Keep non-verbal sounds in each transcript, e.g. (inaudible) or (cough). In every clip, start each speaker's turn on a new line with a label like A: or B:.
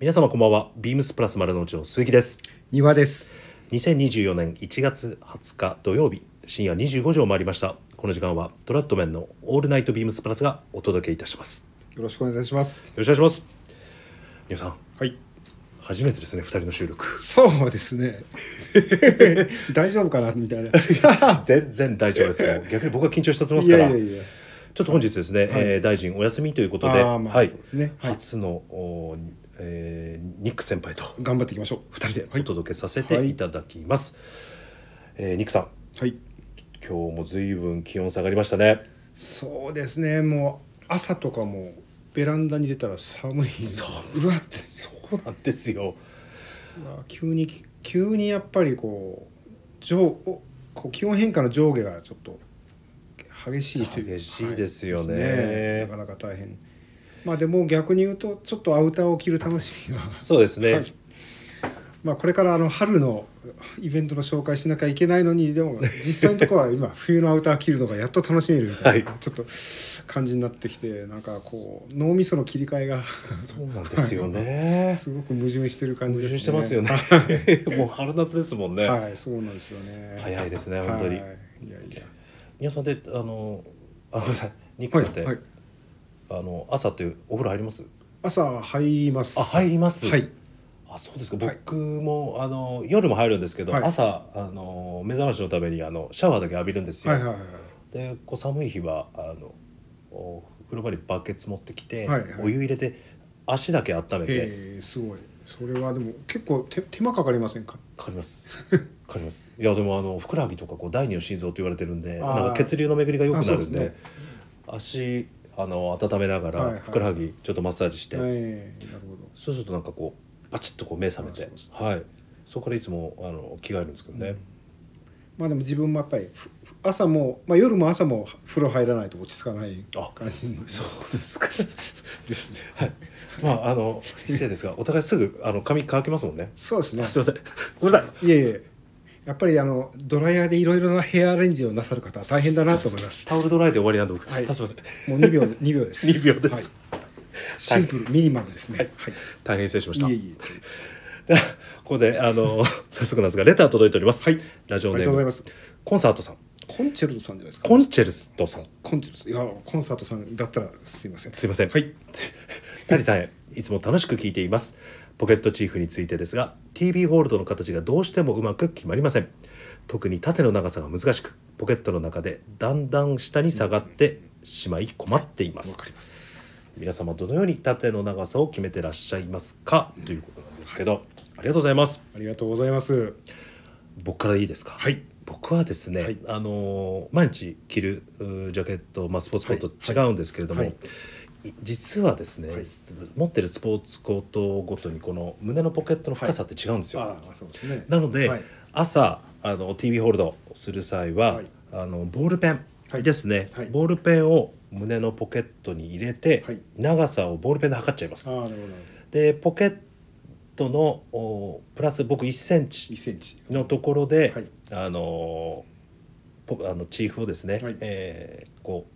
A: 皆様こんばんはビームスプラス丸の内の鈴木です
B: 庭です。
A: 2024年1月20日土曜日深夜25時を回りましたこの時間はトラットメンのオールナイトビームスプラスがお届けいたします
B: よろしくお願いします。
A: よろしくお願いします皆さん
B: はい。
A: 初めてですね二人の収録
B: そうですね。 (laughs) 大丈夫かなみ (laughs) たいな。
A: 全然大丈夫ですよ逆に僕は緊張しちゃってます
B: い
A: から
B: やいやいや。
A: ちょっと本日ですね、えー大臣お休みということで,、
B: あーまあ
A: はい
B: そうですねはい
A: 初のおー、えーニック先輩と
B: 頑張っていきましょう。
A: 二人で
B: は
A: お
B: い。
A: 届けさせていただきます、えーニックさん
B: はい。
A: 今日も随分気温下がりましたね
B: そうですね。もう朝とかもベランダに出たら寒い。
A: そう
B: うわって。
A: そうなんですよ
B: うわ急に急にやっぱりこう上おこう気温変化の上下がちょっと激しいという
A: 激しいですよね
B: はいですねなかなか大変。まあでも逆に言うとちょっとアウターを着る楽しみが。
A: そうですね、
B: はいまあ、これからあの春のイベントの紹介しなきゃいけないのにでも実際のところは今冬のアウター着るのがやっと楽しめるみたいな、
A: はい
B: ちょっと感じになってきてなんかこう脳みその切り替えが
A: そうなんですよ (laughs) ね
B: すごく矛盾してる (laughs) 感じ
A: 矛盾
B: ですね。
A: してますよね
B: (laughs)
A: もう春夏ですもんね、
B: はいそうなんですよね。
A: 早いですね
B: はい
A: 本当に
B: いやいや
A: 皆さんってあのあごめんなさいニック
B: は
A: さんって、
B: い、はい、
A: あの朝ってお風呂入ります
B: 朝入ります。
A: あ入ります
B: はい
A: あそうですか
B: はい
A: 僕も、あの夜も入るんですけど、
B: はい
A: 朝あの目覚ましのためにあのシャワーだけ浴びるんですよ、
B: はいはいはい
A: でこう寒い日はあのお風呂場にバケツ持ってきて、
B: はいはい
A: お湯入れて足だけ温めて
B: えー、すごいそれはでも結構手手間かかりませんか
A: かかりますかかりますいやでもあのふくらはぎとかこう第二の心臓って言われてるんで
B: あー
A: なんか血流の巡りが良くな
B: あ
A: る
B: そ
A: んで
B: うですね
A: 足あの温めながら、
B: はいはい
A: ふくらはぎちょっとマッサージして、
B: えー、なるほど
A: そうするとなんかこうバチッとこう目覚めて
B: あそうそ
A: はいそこからいつもあの着替えるんですけどね、
B: まあでも自分もやっぱりふふ朝も、まあ、夜も朝も風呂入らないと落ち着かない
A: あ
B: 感じ
A: そうですか
B: ですね。
A: はいまああ
B: (laughs)
A: の失礼ですがお互いすぐあの髪乾きますもんね
B: そうですね
A: あ。すいませんごめんなさい
B: いえいえ、やっぱりあのドライヤーでいろいろなヘアアレンジをなさる方は大変だなと思います。
A: タオルドライで終わりなんで僕、
B: はい
A: あすいません
B: もう2秒2秒 (laughs) です。
A: 2秒です、
B: はい。シンプルミニマムですね。はい。
A: 大変失礼しました
B: いえい
A: ではここであの早速なんですがレター届いております、
B: はい
A: ラジオ
B: あり
A: ネ
B: が
A: ー
B: とうござい
A: ム
B: ます
A: コンサートさん
B: え。コンチェルトさんじゃないですか。
A: コンチェルストさん
B: コンチェルト。いやコンサートさんだったらすいません。
A: すいません (laughs)
B: はい。
A: タリさんへいつも楽しく聞いていますポケットチーフについてですが TB ホールドの形がどうしてもうまく決まりません特に縦の長さが難しくポケットの中でだんだん下に下がってしまい困っています
B: わかります。
A: 皆様どのように縦の長さを決めてらっしゃいますかということなんですけどありがとうございます
B: ありがとうございます。
A: 僕からいいですか、
B: はい。
A: 僕はですね、
B: はい
A: あのー毎日着るうージャケット、まあ、スポーツコート
B: はい
A: 違うんですけれども、
B: はい
A: い実はですね、
B: はい
A: 持ってるスポーツコートごとにこの胸のポケットの深さって違うんですよ。
B: ああ、そうですね。
A: なので、
B: はい
A: 朝あの TV ホールドする際は、
B: はい
A: あのボールペン
B: はい
A: ですね、
B: はい
A: ボールペンを胸のポケットに入れて、
B: はい
A: 長さをボールペンで測っちゃいます
B: ああ、。なるほど。
A: でポケットのおプラス僕1センチ
B: 1センチ。
A: のところで、
B: はい
A: あのーポあのチーフをですね、
B: はい
A: えーこ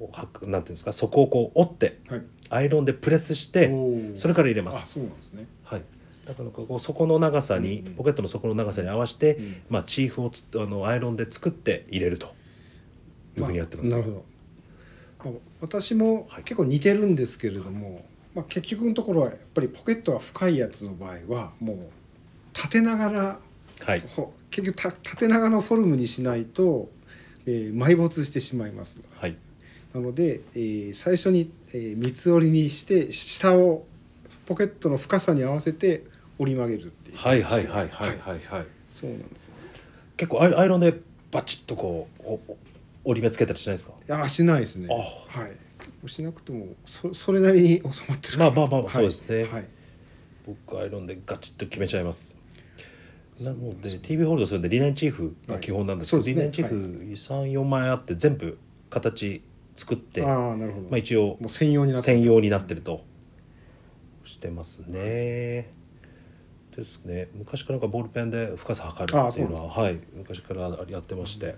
A: うはくなんていうんですかそこをこう折って
B: はい。
A: アイロンでプレスして
B: おー
A: それから入れま
B: あ
A: す。
B: そうなんですね。
A: はいだからこう底の長さに、
B: うんうん
A: ポケットの底の長さに合わせて、
B: うん
A: まあ、チーフをつあのアイロンで作って入れるというふうにやってます。
B: なるほど。まあ私も
A: はい
B: 結構似てるんですけれども、まあ結局のところはやっぱりポケットが深いやつの場合はもう立てながら
A: はい
B: ほ結局た立てながらのフォルムにしないと、えー埋没してしまいます。
A: はい
B: なので、えー最初に、えー三つ折りにして下をポケットの深さに合わせて折り曲げるっていう。
A: はいはいはいはい
B: はい。
A: はいはい
B: そうなんですよ。
A: 結構アイアイロンでバチッとこうおお折り目つけたりしないですか
B: いやしないですね。
A: あ
B: はい。結構しなくてもそそれなりに収まってる。
A: まあまあまあ
B: はい
A: そうですね
B: はい。
A: 僕アイロンでガチッと決めちゃいますなので TV ホールドするんでリネンチーフが基本なんですけど、
B: はいそう
A: リ
B: です
A: ネ
B: ね
A: ンチーフ34枚あって全部形作って、
B: ああなるほど。
A: まあ、一応
B: もう専用になってる
A: 専用になってるとしてますね。ですね昔からなんかボールペンで深さ測るっていうのははい昔からやってまして、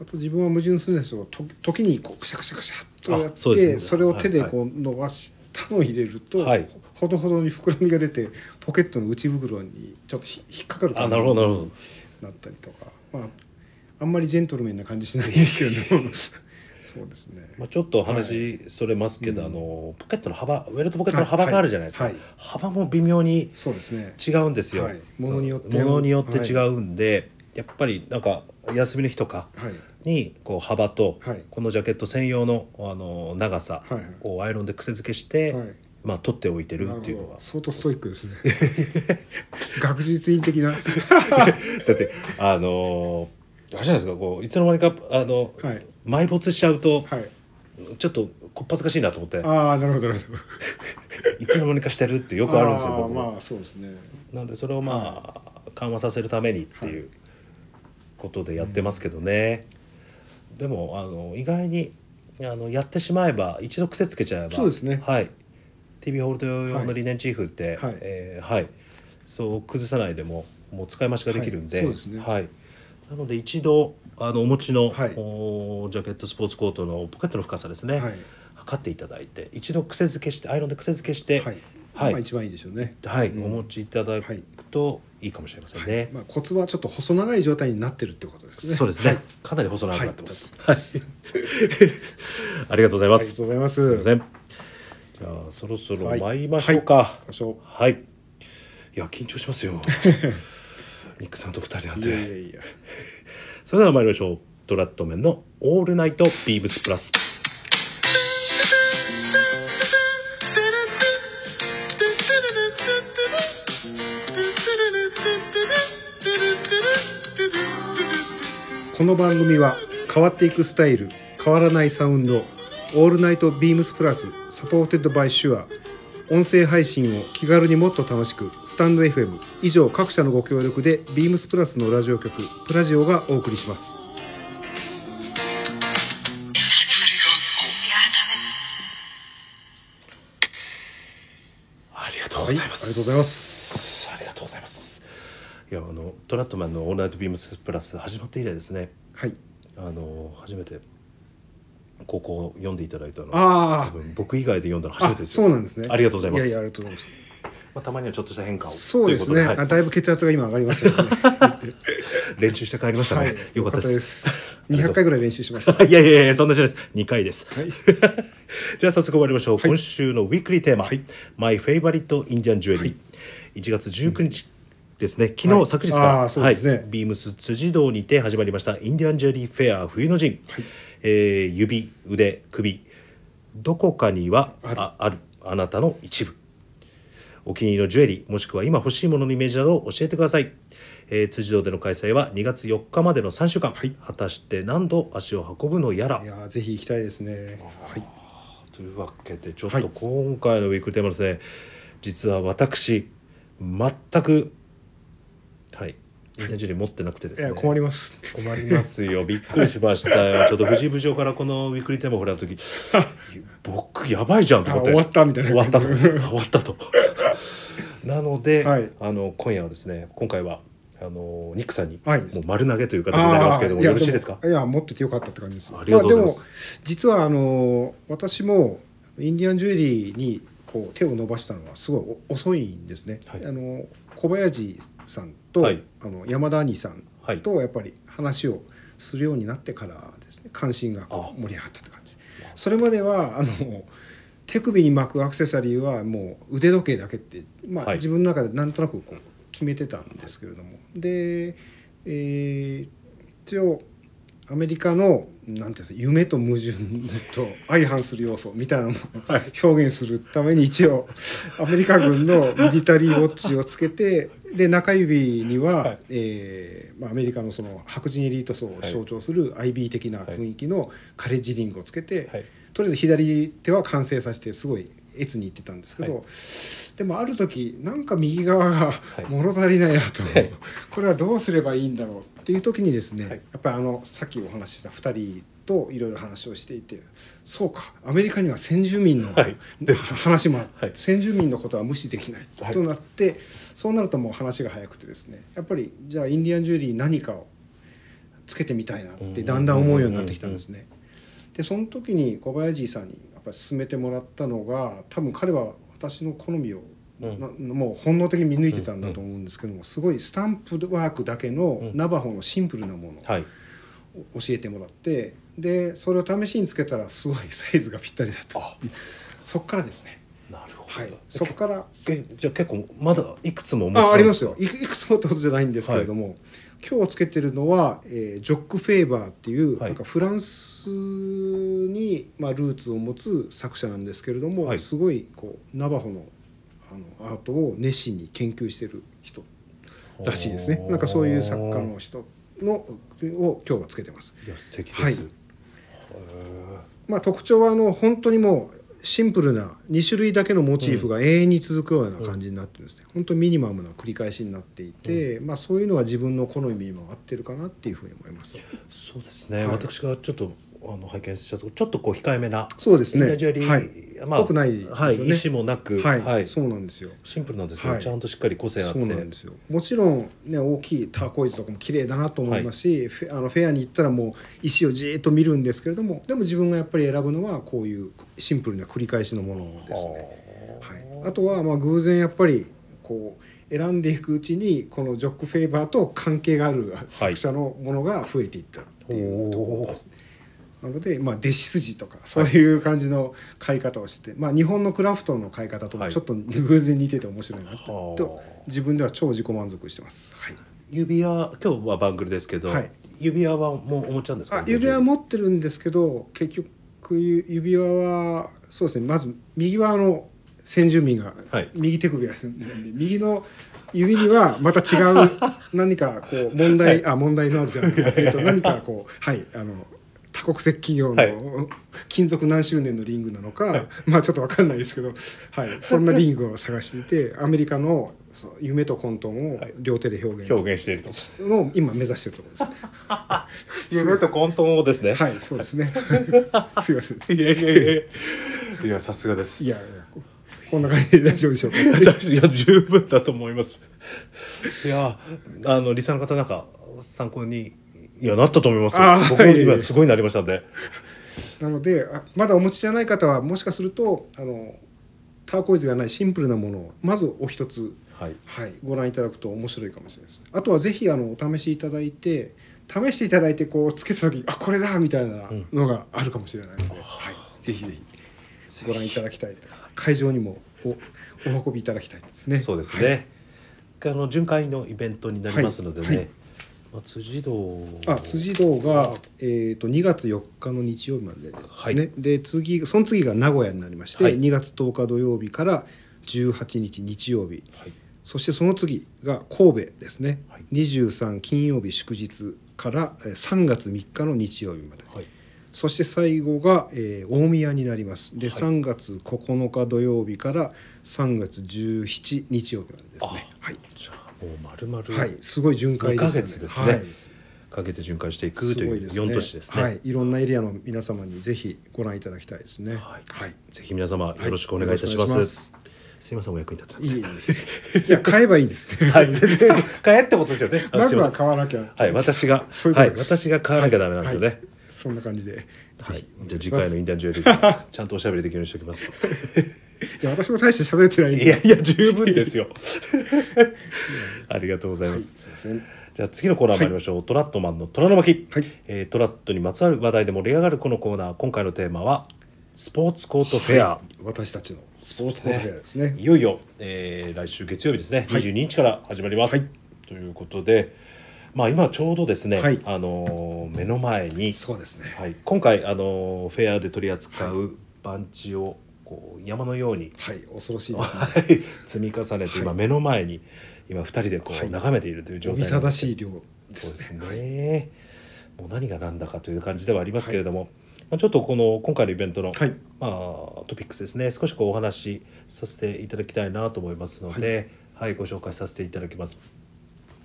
B: あと自分は矛盾するんですけどと時にこうクシャクシャクシャっとや
A: あ
B: っ
A: そうですね
B: てそれを手で
A: はい
B: こう伸ばしタンを入れると、
A: はい
B: ほどほどに膨らみが出てポケットの内袋にちょっとひ引っかかる
A: あなるほどなるほど
B: なったりとか、まあ、あんまりジェントルメンな感じしないんですけれども (laughs) そうですね。
A: まあ、ちょっとお話それますけど、あのポケットの幅ウェルトポケットの幅があるじゃないですか、
B: はいはい
A: 幅も微妙に
B: そうですね。
A: 違うんですよ、
B: はい物によって
A: そう物によって違うんで、やっぱりなんか休みの日とか
B: はい。
A: にこう幅と
B: はい
A: このジャケット専用のあの長さ
B: はいはい
A: をアイロンで癖付けして、
B: はい
A: まあ、取っておいてる
B: な
A: っ
B: る
A: ていうの
B: ほ
A: が (laughs)
B: ど。相当ストイックですね。 (laughs) 学術院的な。
A: だってあのーあれじゃないですかこういつの間にかあの、
B: はい
A: 埋没しちゃうと
B: はい。
A: ちょっとこっぱずかしいなと思って
B: ああ、なるほど、なるほど。
A: いつの間にかしてるってよくあるんですよ
B: ー
A: 僕も。
B: まあ、そうですね。
A: なんでそれをまあ緩和させるためにっていうことでやってますけどね、でもあの意外にあのやってしまえば一度癖つけちゃえば
B: そうですね
A: はい、TV ホールド用
B: は
A: の
B: い
A: リネンチーフって、
B: はい
A: えーはい、そう崩さないでももう使い増しができるんで,、
B: はいそうですね
A: はいなので一度あのお持ちの、
B: はい
A: おジャケットスポーツコートのポケットの深さですね、
B: はい
A: 測っていただいて一度癖付けしてアイロンで癖付けして
B: はい。
A: はい
B: まあ、一番いいでしょうね。
A: はい、
B: うん
A: お持ちいただくといいかもしれませんね。
B: まあ、コツはちょっと細長い状態になってるってことですね。
A: そうですね、
B: はい
A: かなり細長くなってます。はい、 (laughs) ありがとうございま
B: あ
A: す。
B: りがとうございます
A: み
B: す。
A: ません。じゃあそろそろ
B: はい
A: 参りましょうか。
B: ましょ
A: はい。い、や緊張します
B: (laughs)
A: よ。ニックさんと二人なん
B: ういや
A: て
B: い。やいや。
A: それでは参りましょう。トラットメンのオールナイトビームスプラス。
B: この番組は変わっていくスタイル変わらないサウンド「オールナイトビームスプラス」サポーテッドバイシュア音声配信を気軽にもっと楽しくスタンド FM 以上各社のご協力でビームスプラスのラジオ局「プラジオ」がお送りします
A: ありがとうございます、
B: はいありがとうござい
A: ます。ありがとうございます。いやあのトラットマンのオールナイトビームスプラス始まって以来ですね。
B: はい
A: あの初めてここを読んでいただいたのは多
B: あー
A: 分僕以外で読んだの初め
B: あ
A: てです
B: そう
A: よ。
B: なんですね
A: ありがとうございます
B: いやいやありがとうございます
A: まあ、たまにはちょっとした変化を
B: そうです
A: と
B: ね
A: いうこと
B: あ
A: で、
B: だいぶ血圧が今上がりました
A: (laughs)
B: よね
A: はい、練習して帰りましたね、
B: はい
A: よかったです
B: 良かったです200回ぐ
A: らい
B: らい練習しまし
A: (laughs)
B: た
A: いやいやいやそんなしないです2回です、
B: はい
A: (laughs) じゃあ早速終わりましょう、今週のウィークリーテーマ「
B: はい
A: マイ・フェイバリット・インディアン・ジュエリー」1月19日ですね昨日、
B: はい
A: 昨日から、
B: あーそうですね
A: はい、ビームス辻堂にて始まりましたインディアンジェリーフェア冬の陣、えー指腕首どこかには
B: ある
A: ああるあなたの一部お気に入りのジュエリーもしくは今欲しいもののイメージなどを教えてください、えー辻堂での開催は2月4日までの3週間、
B: はい
A: 果たして何度足を運ぶのやら
B: いやーぜひ行きたいですねはい
A: というわけでちょっ
B: はい
A: と今回のウィークテーマですね、実は私全くはいインディアンジュエリー持ってなくてで
B: い
A: すね
B: や困ります
A: 困ります
B: (laughs)
A: よびっくりしましたよちょっと藤井部長からこのウィークリーテーマを振られた
B: (laughs)
A: 時僕やばいじゃんと思って
B: あ終わったみたいな
A: 終わ
B: (laughs)
A: ったと終わったとなので、
B: はい
A: あの今夜はですね今回はあのニックさんに、
B: はい
A: もう丸投げという形になりますけれども
B: あーや
A: よろしいですか
B: もいや持っててよかったって感じです
A: ありがとうございます
B: あでも実はあの私もインディアンジュエリーにこう手を伸ばしたのはすごいお遅いんですね、
A: はい
B: あの小林さんと、
A: はい
B: あの山田兄さん
A: はい
B: とやっぱり話をするようになってからですね関心が
A: あ
B: こう盛り上がったって感じそれまではあの手首に巻くアクセサリーはもう腕時計だけって、まあ
A: はい
B: 自分の中でなんとなくこう決めてたんですけれどもで、えー一応アメリカのなんていうんですか夢と矛盾と相反する要素みたいなものを表現するために一応アメリカ軍のミリタリーウォッチをつけてで中指には、
A: はい
B: えーまあ、アメリカのその白人エリート層を象徴する IB 的な雰囲気のカレッジリングをつけて、
A: はい
B: とりあえず左手は完成させてすごい越に行ってたんですけど、
A: は
B: でもある時なんか右側が
A: い
B: 物足りないなと、
A: はい
B: これはどうすればいいんだろうっていう時にですね、
A: はい
B: やっぱりあのさっきお話しした2人といろいろ話をしていてそうかアメリカには先住民の、
A: はいです
B: 話もあって、
A: はい
B: 先住民のことは無視できない
A: はい
B: となって、そうなるともう話が早くてですねやっぱりじゃあインディアンジュエリー何かをつけてみたいなってだんだん思うようになってきたんですね。でその時に小林さんにっぱり進めてもらったのが多分彼は私の好みを、
A: うん
B: なもう本能的に見抜いてたんだと思うんですけども、すごいスタンプワークだけの
A: うん
B: ナバホのシンプルなものを
A: はい
B: 教えてもらってでそれを試しにつけたらすごいサイズがぴったりだった
A: あ
B: そっからですね
A: なるほど、
B: はいそこから
A: けじゃあ結構まだいくつもお持ち
B: あ
A: な
B: あ
A: ん
B: り
A: で
B: ます
A: か
B: よいく (laughs) いくつもってことじゃないんですけれども、今日つけてるのは、えージョック・フェーバーっていう、
A: はい
B: なんかフランスに、まあ、ルーツを持つ作者なんですけれども、
A: はい
B: すごいこうナバホのあのアートを熱心に研究してる人らしいですねなんかそういう作家の人のを今日はつけてます。
A: いや素敵です、
B: は
A: はい
B: まあ、特徴はあの本当にもうシンプルな2種類だけのモチーフが永遠に続くような感じになってるんですね、本当ミニマムな繰り返しになっていて、まあ、そういうのが自分の好みにも合ってるかなっていうふうに思います
A: そうですね、
B: はい
A: 私がちょっとあの拝見したところちょっとこう控えめな
B: そうですね
A: インナージュアリー
B: はい
A: まあ
B: 濃くないですよね
A: はい、意思もなく、
B: はい、そうなんですよ
A: シンプルなんですけど、
B: はい
A: ちゃんとしっかり個性あっ
B: そ
A: て
B: うなんですよもちろん、ね、大きいターコイズとかも綺麗だなと思いますし、フェあのフェアに行ったらもう石をじーっと見るんですけれどもでも自分がやっぱり選ぶのはこういうシンプルな繰り返しのものですね。はい、あとはまあ偶然やっぱりこう選んでいくうちにこのジョック・フェーバーと関係がある作者のものが増えていったっていうところです、なのでまあ弟子筋とかそういう感じの買い方をして、まあ日本のクラフトの買い方とも
A: はい
B: ちょっと偶然似てて面白いな
A: はあ
B: と自分では超自己満足してます、はい、
A: 指輪今日はバングルですけど、
B: はい
A: 指輪はもうお持ちなんですか
B: あ指輪持ってるんですけど結局ゆ指輪はそうですねまず右はあの先住民が、
A: はい
B: 右手首が先住民で右の指にはまた違う
A: (laughs)
B: 何かこう問題、あ問題のあるじゃないえっと何かこうはいあの多国籍企業
A: はい
B: の金属何周年のリングなのか、まあちょっとわかんないですけど、はい、そんなリングを探していてアメリカのそう夢と混沌を両手で表現
A: 表現していると
B: の今目指してるところです。
A: 夢と混沌をですね、
B: はい、そうですね。すいません。
A: い、やいやいやいやいやさすがです
B: いやいや、ここんな感じで大丈夫でしょうか。
A: いや十分だと思いますいやあのリサの方なんか参考にいやなったと思いますよ
B: あー
A: 僕も
B: いえいえ
A: 今すごいなりましたんで
B: なので、あまだお持ちじゃない方は、もしかすると、あの。ターコイズがないシンプルなものを、まずお一つ、
A: はい
B: はい、ご覧いただくと面白いかもしれないです。あとはぜひ、あの、お試しいただいて。試していただいて、こうつけた時、あ、これだみたいなのがあるかもしれないので、はい、ぜひぜひご覧いただきたい。会場にも、お、お運びいただきたいですね。
A: そうです
B: はい
A: ね、あの巡回のイベントになりますのでね、
B: はいはい
A: まあ、辻堂
B: あ辻堂が、えー、と2月4日の日曜日まで、ね
A: はい
B: で次その次が名古屋になりまして、
A: はい
B: 2月10日土曜日から18日日曜日
A: はい
B: そしてその次が神戸ですね、
A: はい
B: 23金曜日祝日からえー3月3日の日曜日まで、
A: はい
B: そして最後が、えー大宮になりますで、
A: はい
B: 3月9日土曜日から3月17日曜日までですねはい、
A: じゃあもう丸々
B: はい、すごい巡
A: 2
B: 回です
A: ヶ
B: ね
A: 月ですね、
B: はい
A: かけて巡回していくという
B: すご
A: 4都市ですね
B: はい、いろんなエリアの皆様にぜひご覧いただきたいですね。
A: はい
B: はい。
A: ぜひ皆様よろしくお願いいたします,、
B: はいよろ
A: い、
B: しく
A: すいませんお役に立
B: い
A: て
B: い
A: なく
B: い
A: て
B: や買えばいいです
A: (laughs)
B: ね。(laughs)
A: はい、買えってことですよね。あ
B: ますず
A: い
B: は
A: せん
B: 買わなきゃ。
A: はい、私が、
B: そういうこ
A: は
B: と
A: い、
B: です
A: 私が買わなきゃダメなんですよね。
B: そんな感じで。
A: はい、じゃあ次
B: お願
A: 回
B: いします
A: のインターンジュエリー、ちゃんとおしゃべりできるようにしておきます。
B: (laughs) いや私も大して喋れてないんで。
A: いやいや、十分ですよ。 (laughs) ありがとうござい
B: は
A: ま
B: い。
A: す。
B: すいません。
A: じゃあ次のコーナー参りましょう、トラットマンの虎の巻、
B: はい
A: えートラットにまつわる話題で盛り上がるこのコーナー今回のテーマはスポーツコートフェア、
B: 私たちのス
A: そ
B: ポ
A: う
B: ーツコートフェアですね。
A: いよいよ、えー来週月曜日ですね、
B: はい
A: 22日から始まります。
B: はい
A: ということで、まあ、今ちょうどですね、
B: はい
A: あのー目の前に、
B: そうですね。
A: はい、今回、あのーフェアで取り扱うバンチをこう山のように、 (laughs)
B: はい、恐ろしいですね。
A: はい積み重ねて、今目の前に今2人でこう、
B: はい
A: 眺めているという状
B: お
A: 態
B: び
A: なん
B: た
A: で
B: だ
A: す
B: しい量で
A: そうですす
B: ね。
A: ね。もう何が何だかという感じではありますけれども、まあ、ちょっとこの今回のイベントの、
B: はい
A: まあ、トピックスですね少しこうお話しさせていただきたいなと思いますので、はいご紹介させていただきます。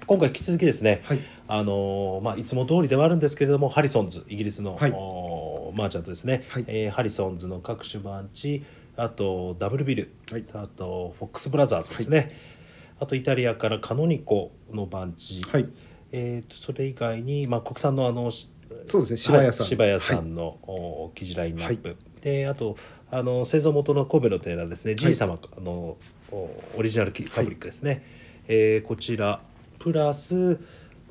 A: 今回引き続きですね、
B: はい
A: あのーまあ、いつも通りではあるんですけれどもハリソンズイギリスの、
B: はい
A: おーマーチャントですね、
B: はい
A: えーハリソンズの各種バンチあとダブルビル、
B: はい
A: あとフォックスブラザーズですね、あとイタリアからカノニコのバンチ、
B: はい。
A: えー、とそれ以外に、まあ、国産のあのし
B: そうですね。芝
A: は
B: 屋
A: い
B: さん。
A: 芝屋さんの、お生地ラインナップ、であとあの製造元の神戸のテーラーですね、G 様あのおオリジナルキファブリックですね、えーこちらプラス、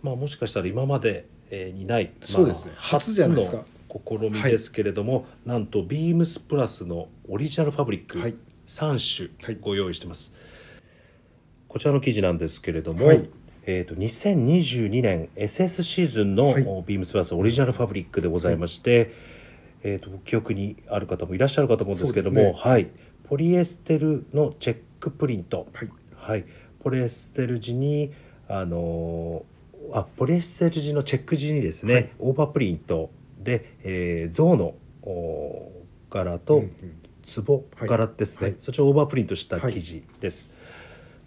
A: まあ、もしかしたら今まで、えーにない、まあ
B: そうですね初じゃないですか
A: 初の試みですけれども、なんとビームスプラスのオリジナルファブリック
B: はい
A: 3
B: は
A: 種
B: い
A: ご用意してます、こちらの記事なんですけれども、
B: はい
A: えー、と2022年 SS シーズンの、
B: はい
A: おビームスプラスオリジナルファブリックでございまして、えー、と記憶にある方もいらっしゃるかと思うんですけども、
B: そうです
A: はい、ポリエステルのチェックプリント、
B: はい
A: はい、ポリエステル地にあのーあポリエステル地のチェック地にですね、
B: はい
A: オーバープリントで、えー、象のお柄と、
B: うんうん
A: 壺柄ですね、
B: はいはい
A: そちらをオーバープリントした生地です、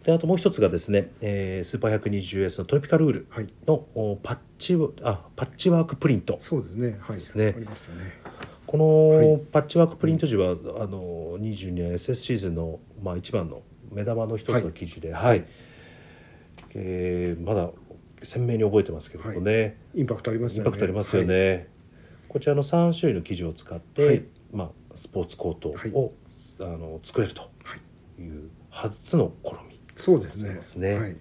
A: であともう一つがですね、えースーパー 120S のトロピカルウール
B: はい
A: の、おパッチあパッチワークプリント
B: そうですねはい
A: ですね
B: ありましたね
A: こ
B: は
A: の
B: い
A: パッチワークプリント時は、あの22年 SS シーズンの、まあ、一番の目玉の一つの記事で、はいえーまだ鮮明に覚えてますけれどもね、
B: インパクトあります
A: イ
B: よね
A: ンパクトありますよね、こちらの3種類の生地を使って、
B: はい
A: まあ、スポーツコートを、
B: はい
A: あの作れると
B: はい、はい
A: いう初の試み
B: そうです
A: そう
B: ね
A: ですね
B: はい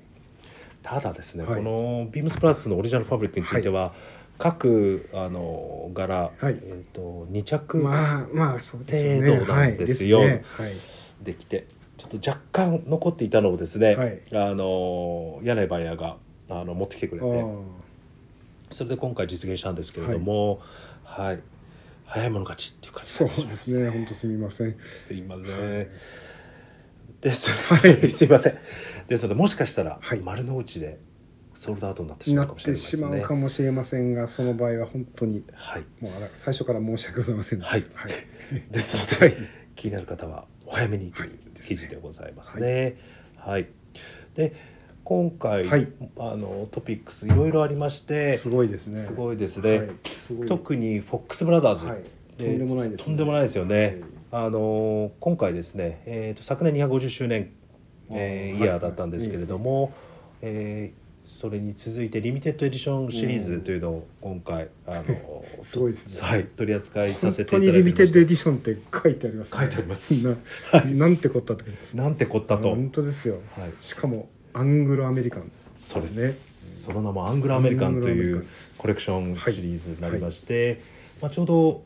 A: ただですね、
B: はい
A: このビームスプラスのオリジナルファブリックについては、各あの柄、
B: はい
A: えー、と2着
B: まあまあそうですよね
A: 程度なんですよ
B: はいですねはい
A: できて、ちょっと若干残っていたのをですね、
B: はい
A: あの柳バイヤーがあの持ってきてくれ
B: あ
A: て
B: ー
A: それで今回実現したんですけれども、はい早い者勝ちっていう感じ
B: そ
A: に
B: う
A: なってしまい
B: で
A: ます
B: ね本当すみません
A: すいませ
B: は
A: ん
B: い。
A: です。
B: い
A: (laughs) すいません。ですので、もしかしたら
B: はい
A: 丸の内でソールドアウトになってしま
B: な
A: うか
B: っ
A: もしれな
B: て
A: いで
B: し
A: す
B: まう
A: ね
B: か。もしれませんがその場合は本当に
A: はい。
B: もうあら最初から申し訳ございませんでした
A: はい
B: はい
A: ですので、
B: (laughs) はい
A: 気になる方はお早めにとい
B: は
A: う
B: いですね
A: 記事でございますね。はい。で、今回、
B: はい
A: あのトピックスいろいろありまして、
B: (laughs) すごいですね
A: すごいです
B: は
A: ね。
B: いすごい
A: 特にフォックスブラザーズ。
B: はいとんでもないですね
A: とんでもないですよね。あのー今回ですね、えー、と昨年250周年、えー
B: あー
A: イヤーだったんですけれども、えーそれに続いてリミテッドエディションシリーズというのを今回、あのー
B: (laughs) すごいですね
A: はい、取り扱いさ
B: 本
A: せて
B: 当
A: いた
B: に
A: だ
B: リ
A: きま
B: ミテッドエ
A: し
B: ディションって書いてあります、
A: 書いてあります
B: ななんてことだって
A: たなんてこったと、
B: 本当ですよ
A: はい、
B: しかもアングロアメリカン
A: そうです
B: ね
A: その名もアングラアメリカンとい
B: アングラアメリカ
A: う
B: ンです
A: コレクションシリーズになりまして、まあ、ちょうど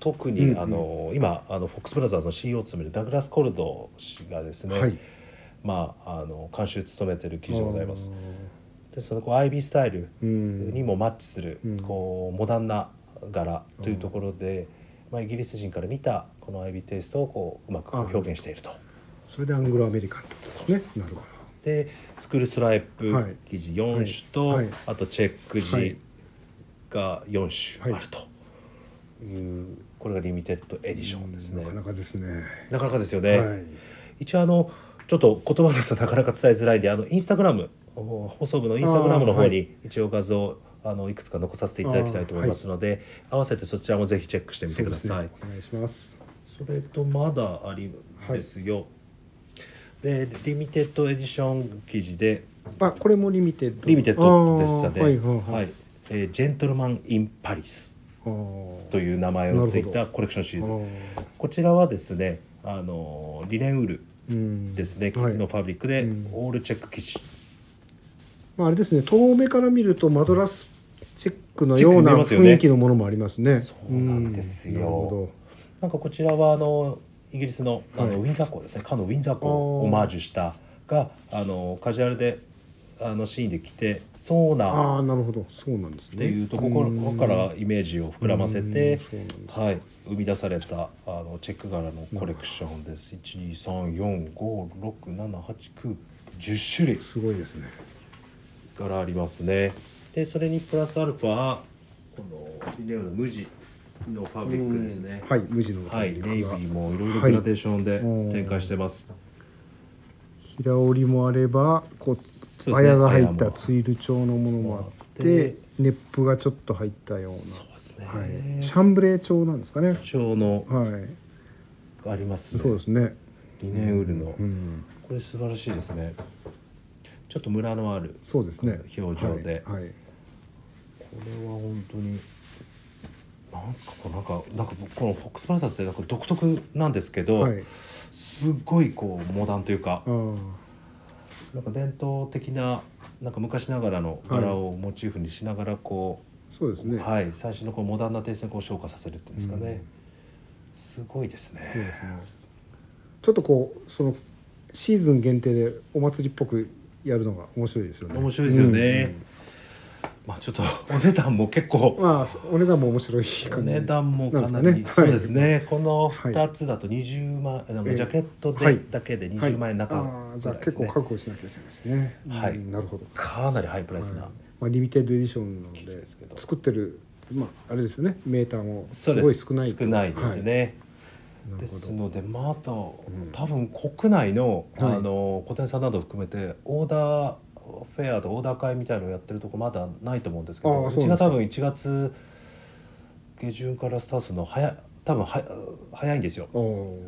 A: 特
B: うん
A: に、
B: うん
A: あの今あのフォックスブラザーズの CEO を務めるダグラス・コルド氏がですね、
B: はい
A: まあ、あの監修務めてる記事でございます。でそのこう IB スタイル
B: うん
A: にもマッチする、
B: うん
A: こうモダンな柄というところで、まあ、イギリス人から見たこの IB テイストをこううまくこう
B: あ
A: 表現していると。
B: それでアングロアメリカンってことですねなるほ
A: でスクールストライプ
B: はい
A: 生地4種と、
B: はいはい
A: あとチェック
B: はい
A: 地が4種あ
B: はい
A: るという、これがリミテッドエディションです
B: ど
A: ね。
B: なかなかですね
A: なかなかですよ
B: は
A: ね。
B: い
A: 一応あのちょっと言葉だとなかなか伝えづらいんであのインスタグラムお放送部のインスタグラムの
B: あ
A: 方
B: ーは
A: に一応画像あのいくつか残させていただきたいと思いますので、合わせてそちらもぜひチェックしてみてくだ
B: そう
A: さい
B: ですねお願いします
A: そ,、れとまだありですよ、でリミテッドエディション記事で
B: あこれもリミテッド
A: リミテッドでしたね
B: あーはいはいは
A: はいいえージェントルマン・イン・パリス
B: あー
A: という名前をつい
B: なる
A: たコレクションシリー
B: あ
A: ズ
B: ー
A: こちらはですねあのリネンウール
B: うん
A: ですね、
B: はい
A: のファブリックで、
B: うん
A: オールチェック生地
B: まあ、あれですね遠目から見るとマドラスチェックのような
A: チェックに見えますよね
B: 雰囲気のものもありますね。
A: そうなんですよ
B: うんなるほ
A: なんかこちらはあのイギリスのあの、
B: はい
A: ウィンザー校ですねかのウィンザー校を
B: あー
A: オマージュしたがあのカジュアルであのシーンで着てそう
B: ど。
A: なっ
B: ああなるほどそうなんですね。
A: ていうところ
B: うん
A: からイメージを膨らませ
B: う
A: て
B: んそうなんですね
A: はい、生み出されたあのチェック柄のコレクションです。一二三四五六七八九十種類
B: すごいですね。
A: 柄ありますね。でそれにプラスアルファこのビデオの無地のファブリックですね。
B: はい無地の
A: は
B: ファ
A: い、
B: ブリッ
A: ネ
B: ク
A: イビ
B: が
A: ーもいろいろグラデーションで展開してます。
B: 平織りもあれば
A: そう
B: こう
A: ですね
B: 綾が入っ
A: 綾
B: た
A: も
B: ツイル調のものもあっ
A: で
B: てネップがちょっと入ったよう
A: そうですね。
B: な、はい、シャンブレー調なんですかね。
A: 長の
B: はい
A: ありますね。
B: そうですね。
A: リネンウールの、
B: うん
A: これ素晴らしいですね。ちょっとムラのある。
B: そうですね。
A: 表情で
B: はいはい
A: これは本当に。ななんすかこうなんかなんかこのフォックスブラザーズってなんか独特なんですけど、
B: はい
A: すっごいこうモダンというか
B: あー
A: なんか伝統的ななんか昔ながらの柄をモチーフにしながらこ
B: そうです
A: う、
B: ね、
A: はい最新のこうモダンなテイストにこう昇華させるっていうんですかね、すごいですね。
B: そうですねちょっとこうそのシーズン限定でお祭りっぽくやるのが面白いですよね
A: 面白いですよね、まあちょっとお値段も結構
B: うんうんまあお値段も面白い
A: お
B: 感じ
A: 値段もかなり
B: なんです
A: そ
B: か
A: う
B: ね
A: ですね、この
B: はい
A: 2つだと20万、あの
B: ええ
A: ジャケットで、
B: はい
A: だけで20万円中
B: はいあー
A: ぐ
B: じゃ
A: らい
B: あ
A: で
B: 結
A: す
B: 構
A: ね、
B: 覚悟しなきゃいけないですね
A: はい
B: うんなるほど
A: かなりハイプライスな、
B: はいまあ、リミテッドエディションなので
A: ですけど
B: 作ってる、まあ、あれですよねメーターもす
A: そうで
B: ごい少ないと
A: 少ないです、ね、
B: はいな
A: で
B: るほ
A: す
B: ど
A: のでまた多
B: ん
A: 分国内の,、
B: はい
A: あの個展さんなど含めてオーダーフェアとオーダー会みたいのをやってるとこまだないと思うんですけ
B: あ
A: ど
B: あ
A: う
B: そう
A: ち
B: な
A: が
B: んですか
A: 多分1月下旬からスタートするの早多分は早いんですよ。
B: お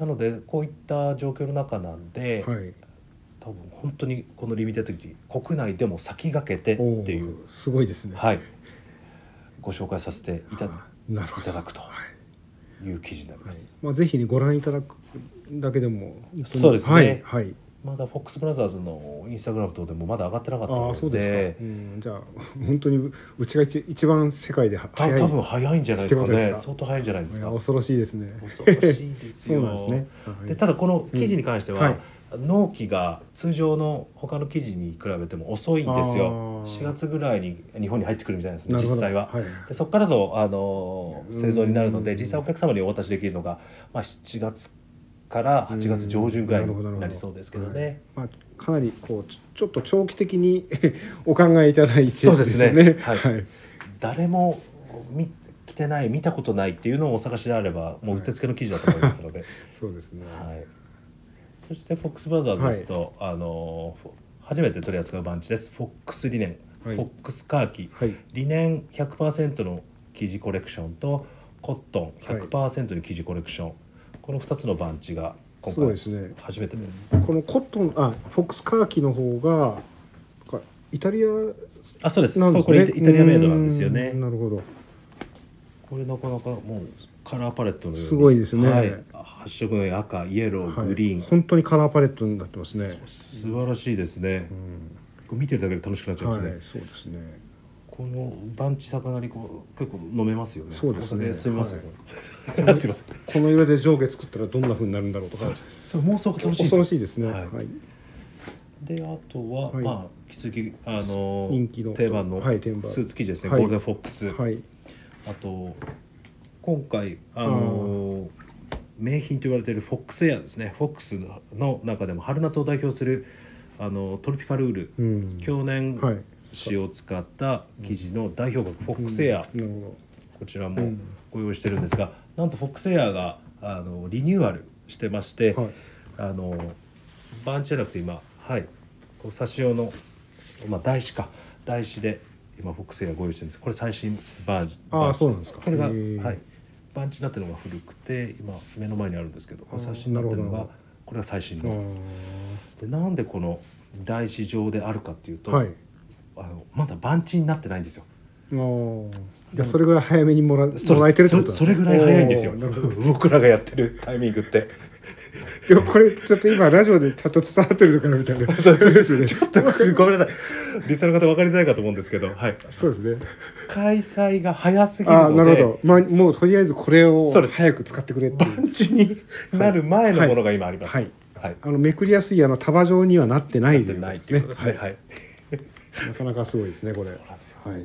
A: なのでこういった状況の中なんで、
B: ーはい
A: 多分本当にこのリミテッド時国内でも先駆けて
B: おー
A: っていう、
B: すごいですね
A: はい、ご紹介させていた
B: あなるほ
A: い
B: ど
A: ただくと
B: はい
A: いう記事になり
B: は
A: ま
B: い
A: す。
B: まあ、ぜひねご覧いただくだけでも本当に
A: そうですね
B: はい、はい、
A: まだフォックスブラザーズのインスタグラム等でもまだ上がってなかった
B: ああそ
A: の
B: うです
A: で
B: か、うん、じゃあ本当にうちが一一番世界では
A: た
B: 早い
A: 多分早いんじゃないですか
B: ってこと
A: ね
B: ですか
A: 相当早いんじゃないです
B: いや
A: か
B: 恐ろしいですね
A: 恐ろしいです
B: (laughs) そう
A: よ
B: なんですね、はい
A: でただこの記事に関しては、
B: うんはい
A: 納期が通常の他の記事に比べても遅いんですよ
B: あー
A: 4月ぐらいに日本に入ってくるみたいなんですね
B: なるほ
A: 実
B: ど
A: 際は、
B: はい、
A: でそこからの、あのー製造になるの
B: う
A: で
B: ん
A: 実際お客様にお渡しできるのが、まあ、7月から8月上旬ぐらい
B: うんるほどる
A: に
B: ほ
A: な
B: ど
A: りそうですけどね。
B: はいまあ、かなりこうちょちょっと長期的に (laughs) お考えいただいて
A: そうですね
B: よ
A: はい
B: はい
A: 誰も見来てない見たことないっていうのをお探しであればもううってつけの記事だと思いますの
B: (laughs)
A: で、
B: そうですね、
A: はい、そしてフォックスブラザーズですと、あのーフォ初めて取り扱うバンチですフォックスリネン、
B: はい
A: フォックスカーキ
B: はい
A: リネン100%の生地コレクションとコットン100%の生地コレクション、この2つのバンチが今
B: そう
A: 回
B: ですね
A: 初めてです。
B: このコットンあフォックスカーキの方がなんかイタリア
A: あ、そうです。
B: なんですね
A: これイタイタリアメイドなんですよね
B: うーん。なるほど
A: これなかなかもうカラーパレットのように
B: すごいですね
A: はい、発色の赤、イエロー、グリーン、
B: はい、本当にカラーパレットになってますね
A: そう素晴らしいですね。
B: うん
A: これ見てるだけで楽しくなっちゃいますね。
B: はい、そうですね
A: このバンチさかなりこう結構飲めますよね。
B: そうですね
A: お酒進みますよ、ね (laughs) すいません。
B: この色で上下作ったらどんな風になるんだろうとか
A: そう妄想が楽しいです
B: 恐ろしいですね、は
A: はいいであとは、
B: はい
A: まあ引き続きあの
B: 人気の
A: 定番のス
B: はい定番
A: ーツ生地ですね、
B: はい
A: ゴールデンフォックス、
B: はい
A: あと今回あの名品と言われているフォックスエアですねフォックスの中でも春夏を代表するあのトロピカルウール、
B: うん
A: 去年
B: はい
A: 使を使った生地の代表格フォックスエア、
B: なるほ
A: こちらもご用意してるんですが、なんとフォックスエアがあのリニューアルしてまして、
B: はい
A: あのバンチじゃなくて今はいこう差し用の、まあ、台紙か台紙で今フォックスエアご用意してるんですこれ最新バージ
B: あー
A: バ
B: そうなんですか
A: これが
B: へー
A: はいバンチになってるのが古くて今目の前にあるんですけどこれ最新に
B: あ
A: な
B: ー
A: ってるの
B: なる
A: が
B: ほど
A: これが最新
B: ど
A: のでなんでこの台紙上であるかっていう
B: あー
A: と、
B: はい
A: あのまだバンチになってないんですよ
B: あーじゃあそれぐらい早めにもら
A: そ
B: もらえてるってこと
A: そそれぐらい早いんですよ
B: おーなるほど
A: 僕らがやってるタイミング
B: (laughs)
A: って
B: でもこれちょっと今ラジオでちゃんと伝わってるのかなみたいな
A: (laughs) そうちょ
B: ですね
A: ちょっとごめんなさいリスナーの方分かりづらいかと思うんですけど、はい、
B: そうですね
A: 開催が早すぎる
B: ああな
A: の
B: る
A: で
B: ほど、まあ、もうとりあえずこれを
A: そうです
B: 早く使ってくれって
A: バ
B: いう
A: ンチになる前のものが今あります
B: はい
A: はい
B: あのめくりやすいあの束状にはなってない
A: で
B: と
A: ないっ
B: こと
A: ていうことですね
B: は
A: はいい
B: なかなかすごいですねこれ
A: そうなんですよ
B: はい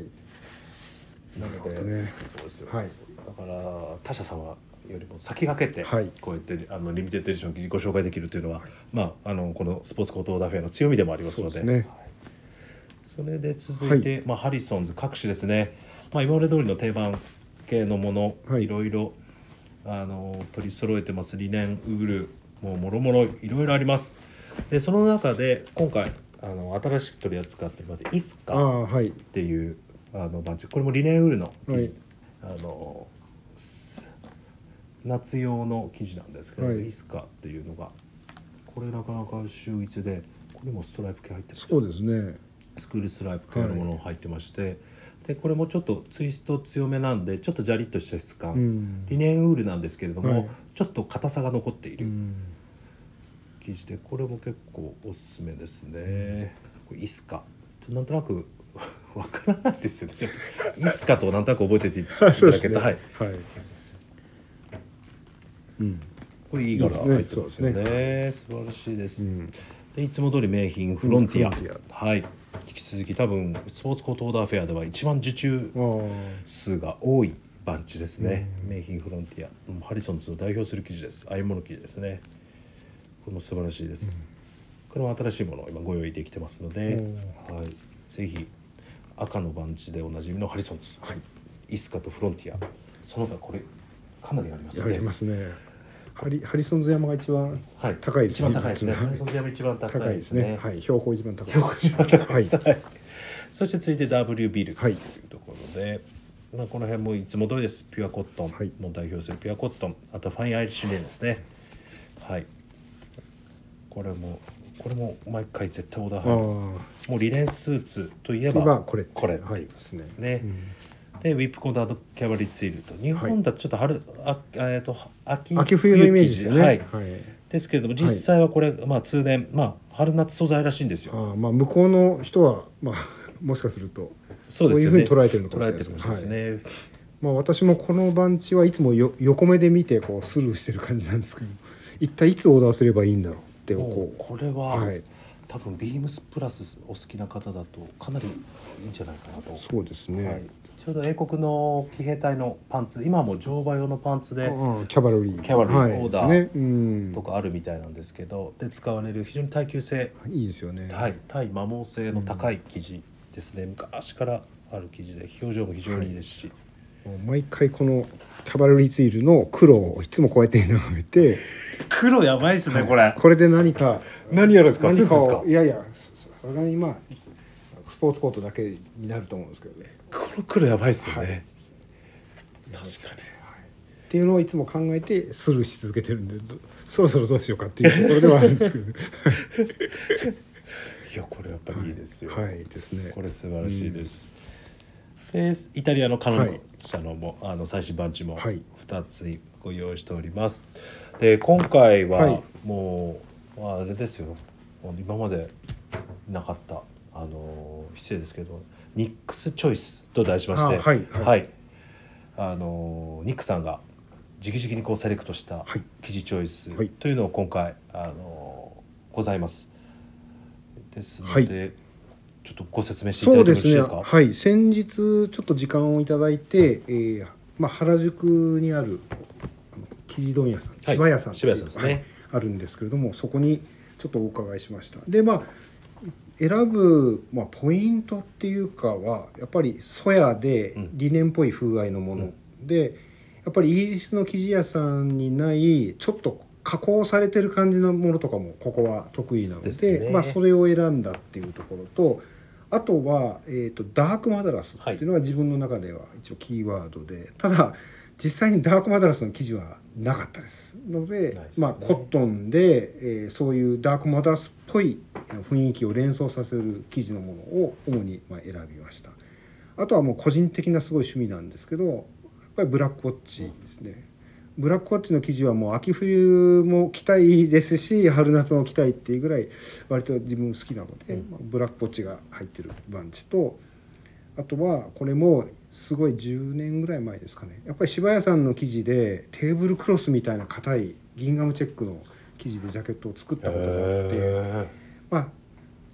A: なので
B: どね
A: そうですよ
B: はい
A: だから他社様よりも先駆けて
B: はい
A: こうやってあのリミテッドエディションをご紹介できるというのはまああのこのスポーツコートオーダーフェアの強みでもありますの
B: そ
A: で
B: うですね
A: はいそれで続いてまあハリソンズ各種ですねまあ今まで通りの定番系のも
B: は
A: の
B: い
A: いろいろあの取り揃えてますリネンウールもうもろもろいろいろありますでその中で今回あの新しく取り扱っていますイスカ
B: ああはい
A: っていうあのバンチこれもリネンウールの生地、あのす夏用の生地なんですけど、
B: はい
A: イスカっていうのがこれなかなか秀逸でこれもストライプ系入ってる
B: そうですね
A: スクールストライプ系のもの入ってまして、でこれもちょっとツイスト強めなんでちょっとジャリッとした質感、
B: うん
A: リネンウールなんですけれども、
B: はい
A: ちょっと硬さが残っていうる
B: ん
A: 生地でこれも結構おすすめですね。これイスカちょっとなんとなく (laughs) わからないですよね。ちょっとイスカとなんとなく覚えてていただ
B: (laughs) そうで
A: け
B: す
A: た、
B: ね
A: はい、
B: はいうん
A: これいい柄入ってますよね
B: いい
A: 素晴らしいです。
B: うん
A: でいつも通り名品フロンティア,、
B: うんフロンティ
A: はい引き続き多分スポーツコートオーダーフェアでは一番受注
B: あー
A: 数が多いバンチですね、名品フロンティアうんハリソンズを代表する生地です合い物生地ですねこれも素晴らしいです、これも新しいものを今ご用意できてますので、はい、ぜひ赤のバンチでおなじみのハリソンズ、
B: はい
A: イスカとフロンティアその他これかなりあります
B: や
A: ね
B: りますねハリハリソンズ山が一番
A: はい、
B: 高いです
A: 一
B: ね
A: 番高いですね。
B: はい
A: ハリソンズ山一番高
B: 高
A: い
B: い
A: で
B: ですす
A: ね
B: ね。。はい標高一番高い
A: は、
B: はい
A: (laughs)
B: い
A: そして続いて W ビルと
B: はいいう
A: ところで、まあ、この辺もいつも通りですピュアコットン
B: はい
A: も代表するピュアコットンあとファインアイリッシュレーンですねはいこれもこれも毎回絶対オーダー
B: あ
A: 入る
B: ー
A: もうリレンスーツといえ
B: といえば
A: ば
B: これ
A: これ
B: はいですね
A: ですね、
B: うん
A: でウィップコーダードキャバリーツイールと日本だとちょっと春、あえー、と秋
B: 秋冬のイメージですよね
A: はい
B: はい
A: ですけれども実際はこれ、まあ通年まあ春夏素材らしいんですよ
B: ああまあ向こうの人はまあ (laughs) もしかすると
A: そうですよ
B: そうい
A: ね
B: うふうに捉えてるのかも
A: 捉
B: しれ
A: え
B: ない
A: て
B: で
A: る
B: す
A: か
B: ね
A: もしれないですね、
B: まあ私もこの番地はいつもよ横目で見てこうスルーしてる感じなんですけど一体いつオーダーすればいいんだろうって
A: も
B: こ
A: う
B: う
A: これは、
B: はい
A: 多分ビームスプラスお好きな方だとかなりいいんじゃないかなと、
B: そうですね、
A: はい、ちょうど英国の騎兵隊のパンツ今も乗馬用のパンツで
B: ああキャバルリー
A: キャバルリー
B: はい
A: オーダー
B: ですねうん
A: とかあるみたいなんですけどで使われる非常に耐久性
B: いいですよね
A: はい、対摩耗性の高い生地ですね、昔からある生地で表情も非常にいいですし、
B: もう毎回このキャバルリーツイルの黒をいつもこうやって眺めて
A: 黒やばいですね、これ
B: これで何か
A: 何やるんですかスー
B: 何
A: ツですか
B: をいやいやささすがにまあスポーツコートだけになると思うんですけどね
A: この黒やばいですよね、
B: はい
A: 確かに
B: っていうのをいつも考えてスルーし続けてるんでどそろそろどうしようかっていうところではあるんです
A: (laughs)
B: けど
A: いやこれやっぱりいいですよ、
B: はいですね
A: これ素晴らしいです、でイタリアのカノン社のも、あの最新バンチも
B: はい
A: 2つご用意しておりますで今回
B: は
A: はいもう、まああれですよ今までなかったあの失礼ですけどニックスチョイスと題しまして
B: あはいはい
A: あのニックさんが直々にこうセレクトした
B: はい
A: 生地チョイス
B: はい
A: というのを今回、あのございますですので、
B: はい
A: ちょっとご説明していただ
B: そ
A: いうてもよろ
B: です
A: しい
B: ね
A: ですか。
B: はい先日ちょっと時間をいただいて、えーまあ、原宿にあるあの生地問屋さん
A: はい
B: 芝屋さん
A: 芝屋さんですね
B: はいあるんですけれどもそこにちょっとお伺いしましたでまあ選ぶ、まあ、ポイントっていうかはやっぱりソヤで
A: うん
B: 理念っぽい風合いのもの、でやっぱりイギリスの生地屋さんにないちょっと加工されてる感じのものとかもここは得意なので
A: ですね
B: まあ、それを選んだっていうところとあとは、えー、とダークマダラスっていうのが自分の中では一応キーワードで、ただ実際にダークマダラスの生地はなかったですので
A: ないですね
B: まあ、コットンで、えーそういうダークマダラスっぽいえー雰囲気を連想させる生地のものを主にまあ選びましたあとはもう個人的なすごい趣味なんですけどやっぱりブラックウォッチですね、ブラックウォッチの生地はもう秋冬も着たいですし春夏も着たいっていうぐらい割と自分好きなので、
A: うん
B: まあブラックウォッチが入ってるバンチとあとはこれもすごい10年ぐらい前ですかねやっぱり柴屋さんの生地でテーブルクロスみたいな硬いギンガムチェックの生地でジャケットを作ったことがあって。
A: へ
B: まあ、